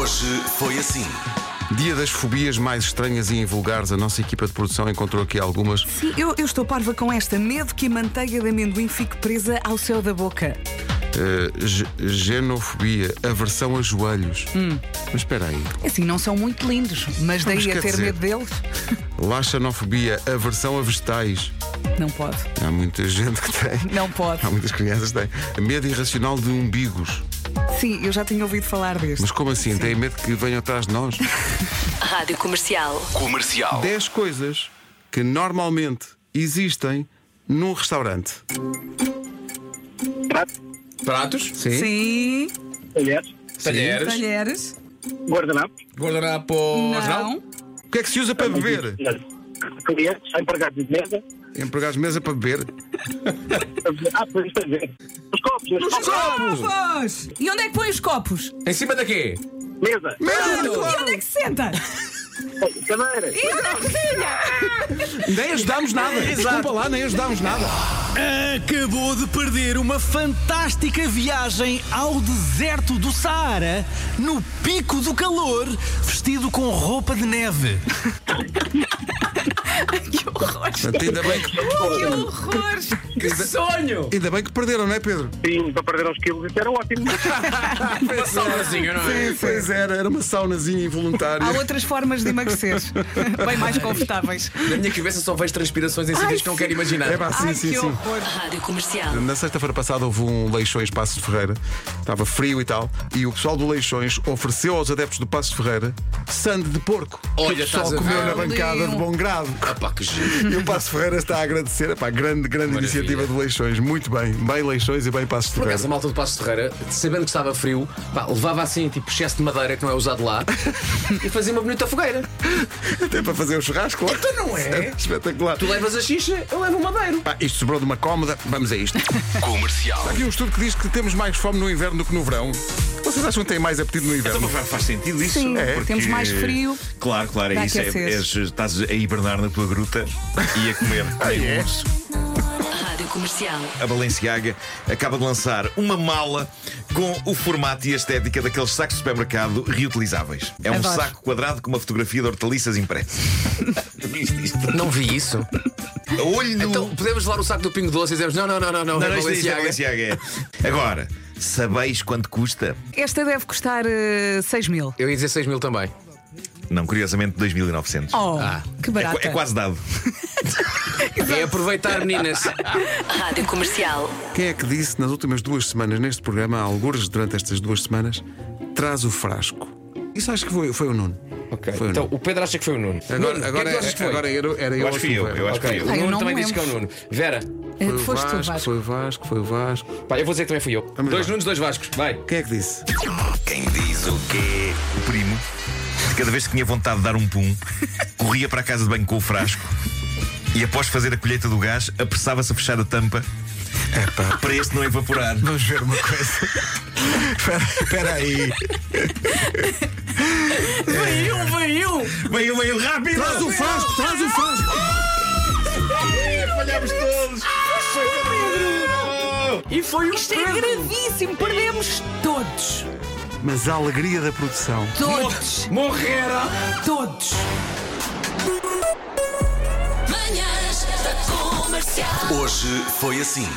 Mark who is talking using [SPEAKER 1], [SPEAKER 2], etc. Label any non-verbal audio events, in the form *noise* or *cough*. [SPEAKER 1] Hoje foi assim.
[SPEAKER 2] Dia das fobias mais estranhas e invulgares. A nossa equipa de produção encontrou aqui algumas.
[SPEAKER 3] Sim, eu, eu estou parva com esta. Medo que a manteiga de amendoim fique presa ao céu da boca.
[SPEAKER 2] Eh, ge- genofobia, aversão a joelhos.
[SPEAKER 3] Hum.
[SPEAKER 2] Mas espera aí.
[SPEAKER 3] É Assim, não são muito lindos, mas daí
[SPEAKER 2] Mas quer
[SPEAKER 3] a ter
[SPEAKER 2] dizer-
[SPEAKER 3] medo deles,
[SPEAKER 2] Laxanofobia, aversão a vegetais.
[SPEAKER 3] não pode.
[SPEAKER 2] Há muita gente que tem.
[SPEAKER 3] Não pode.
[SPEAKER 2] Há muitas crianças que têm. Medo irracional de umbigos.
[SPEAKER 3] Sim, eu já tinha ouvido falar deste.
[SPEAKER 2] Mas como assim? Têm medo que venham atrás de nós?
[SPEAKER 4] Rádio Comercial.
[SPEAKER 1] Comercial.
[SPEAKER 2] 10 coisas que normalmente existem num restaurante.
[SPEAKER 5] Pratos,
[SPEAKER 3] Sim,
[SPEAKER 6] Talheres,
[SPEAKER 5] talheres,
[SPEAKER 3] talheres.
[SPEAKER 6] guardanapos,
[SPEAKER 5] guardanapos,
[SPEAKER 3] Não.
[SPEAKER 2] O que é que se usa para beber?
[SPEAKER 6] clientes, empregados de mesa.
[SPEAKER 2] Empregados de mesa para beber?
[SPEAKER 6] Ah, pois isto é ver. Os copos, os copos,
[SPEAKER 5] Copos!
[SPEAKER 3] Copos! E onde é que põe os copos?
[SPEAKER 5] Em cima da quê?
[SPEAKER 6] mesa,
[SPEAKER 3] E onde é que se senta?
[SPEAKER 6] cadeira.
[SPEAKER 3] E onde é que se
[SPEAKER 2] Nem ajudámos *laughs* nada. Desculpa lá, nem ajudámos nada.
[SPEAKER 7] Acabou de perder uma fantástica viagem ao deserto do Saara, no pico do calor, vestido com roupa de neve.
[SPEAKER 2] Portanto, ainda, bem que,
[SPEAKER 3] Que horrores!
[SPEAKER 5] Sonho!
[SPEAKER 2] ainda bem que perderam, não é, Pedro?
[SPEAKER 6] Sim, para perder uns quilos, isso era ótimo.
[SPEAKER 5] Uma saudazinha, não é?
[SPEAKER 2] Sim, pois era, era uma saunazinha involuntária.
[SPEAKER 3] Há outras formas de emagrecer, bem mais confortáveis.
[SPEAKER 5] Na minha cabeça só vejo transpirações em sítios que não quero imaginar.
[SPEAKER 2] É pá, sim,
[SPEAKER 3] Ai,
[SPEAKER 2] sim,
[SPEAKER 3] que
[SPEAKER 2] sim.
[SPEAKER 3] horror!
[SPEAKER 4] Rádio Comercial.
[SPEAKER 2] Na sexta-feira passada houve um Leixões Passo de Ferreira, estava frio e tal, e o pessoal do Leixões ofereceu aos adeptos do Passo de Ferreira sande de porco. que
[SPEAKER 5] Olha,
[SPEAKER 2] o pessoal
[SPEAKER 5] estás a
[SPEAKER 2] comeu
[SPEAKER 5] ver?
[SPEAKER 2] na bancada de bom grado.
[SPEAKER 5] Ah, pá, que giro.
[SPEAKER 2] E o Passo Ferreira está a agradecer, epá, grande, grande
[SPEAKER 5] Maravilha.
[SPEAKER 2] iniciativa do Leixões. Muito bem, bem Leixões e bem Passo de
[SPEAKER 5] Por
[SPEAKER 2] Ferreira.
[SPEAKER 5] acaso, a malta do Passo de Ferreira, sabendo que estava frio, pá, levava assim, tipo, excesso de madeira que não é usado lá e fazia uma bonita fogueira.
[SPEAKER 2] Até para fazer o churrasco, claro.
[SPEAKER 5] Então
[SPEAKER 2] *laughs*
[SPEAKER 5] não é?
[SPEAKER 2] Espetacular.
[SPEAKER 5] Tu levas a xixa, eu levo o madeiro.
[SPEAKER 2] Pá, isto sobrou de uma cómoda, vamos a *laughs* isto.
[SPEAKER 1] Comercial.
[SPEAKER 2] Havia um estudo que diz que temos mais fome no inverno do que no verão. Vocês acham que têm mais apetite no
[SPEAKER 8] Então,
[SPEAKER 2] inverno?
[SPEAKER 8] mas fa- faz sentido isso?
[SPEAKER 3] Sim,
[SPEAKER 2] É,
[SPEAKER 8] porque-
[SPEAKER 3] temos mais frio.
[SPEAKER 8] Claro, claro,
[SPEAKER 3] Para
[SPEAKER 8] é isso. É,
[SPEAKER 3] aqueceres.
[SPEAKER 8] és- estás a hibernar na tua gruta e a comer
[SPEAKER 2] é?
[SPEAKER 8] meio urso.
[SPEAKER 4] Rádio Comercial.
[SPEAKER 8] A Balenciaga acaba de lançar uma mala com o formato e a estética daqueles sacos de supermercado reutilizáveis. É um
[SPEAKER 3] Adoro.
[SPEAKER 8] saco quadrado com uma fotografia de hortaliças impressa. Isto- isto-
[SPEAKER 5] Não vi isso.
[SPEAKER 8] a Olho nu.
[SPEAKER 5] Então, podemos levar o saco do Pingo Doce e dizemos: não, não, não, não, não,
[SPEAKER 8] não,
[SPEAKER 5] é
[SPEAKER 8] não, isto- isto é
[SPEAKER 5] Balenciaga.
[SPEAKER 8] Balenciaga. é. Agora, sabeis quanto custa?
[SPEAKER 3] Esta deve custar 6 mil.
[SPEAKER 5] Eu ia dizer 6 mil também.
[SPEAKER 8] Não, curiosamente, 2.900.
[SPEAKER 3] Oh,
[SPEAKER 5] Ah.
[SPEAKER 3] que
[SPEAKER 8] É
[SPEAKER 3] barato.
[SPEAKER 8] qu- é quase dado.
[SPEAKER 5] É aproveitar, meninas.
[SPEAKER 4] Rádio Comercial.
[SPEAKER 2] Quem é que disse nas últimas duas semanas neste programa, há algures durante estas duas semanas, traz o frasco? Isso acho que foi, foi o Nuno.
[SPEAKER 5] Ok.
[SPEAKER 2] Foi o
[SPEAKER 5] então,
[SPEAKER 2] Nuno.
[SPEAKER 5] o Pedro acha que foi o Nuno.
[SPEAKER 2] Agora,
[SPEAKER 5] Nuno,
[SPEAKER 2] agora,
[SPEAKER 5] quem é que tu achas que foi?
[SPEAKER 2] agora era, era
[SPEAKER 8] Eu acho que fui eu.
[SPEAKER 2] foi.
[SPEAKER 8] Eu acho que fui
[SPEAKER 5] Ok,
[SPEAKER 8] eu.
[SPEAKER 5] o
[SPEAKER 3] Ai, eu
[SPEAKER 5] Nuno
[SPEAKER 3] não me
[SPEAKER 5] também disse que é o
[SPEAKER 3] lembro.
[SPEAKER 5] Nuno. Vera,
[SPEAKER 3] Eh,
[SPEAKER 2] Foi o
[SPEAKER 3] Foste tu,
[SPEAKER 2] Vasco,
[SPEAKER 3] Vasco.
[SPEAKER 2] foi o Vasco, foi o Vasco.
[SPEAKER 5] pá, eu vou dizer que também fui eu.
[SPEAKER 2] Vamos
[SPEAKER 5] dois
[SPEAKER 2] lá.
[SPEAKER 5] Nunos, dois Vascos. Vai.
[SPEAKER 2] Quem é que disse?
[SPEAKER 8] Quem diz o quê? O primo, que cada vez que tinha vontade de dar um pum, corria para a casa de banho com o frasco e, após fazer a colheita do gás, apressava-se a fechar a tampa para este não evaporar.
[SPEAKER 2] Vamos ver uma coisa. Espera- Espera aí.
[SPEAKER 8] Veio, veio rápido!
[SPEAKER 2] Traz o frasco, traz o frasco.
[SPEAKER 8] Falhámos todos!
[SPEAKER 5] E foi o
[SPEAKER 3] Isto é gravíssimo, perdemos todos.
[SPEAKER 2] Mas a alegria da produção.
[SPEAKER 3] Todos,
[SPEAKER 5] Morrera!
[SPEAKER 3] todos.
[SPEAKER 4] Manhãs da Comercial.
[SPEAKER 1] Hoje foi assim.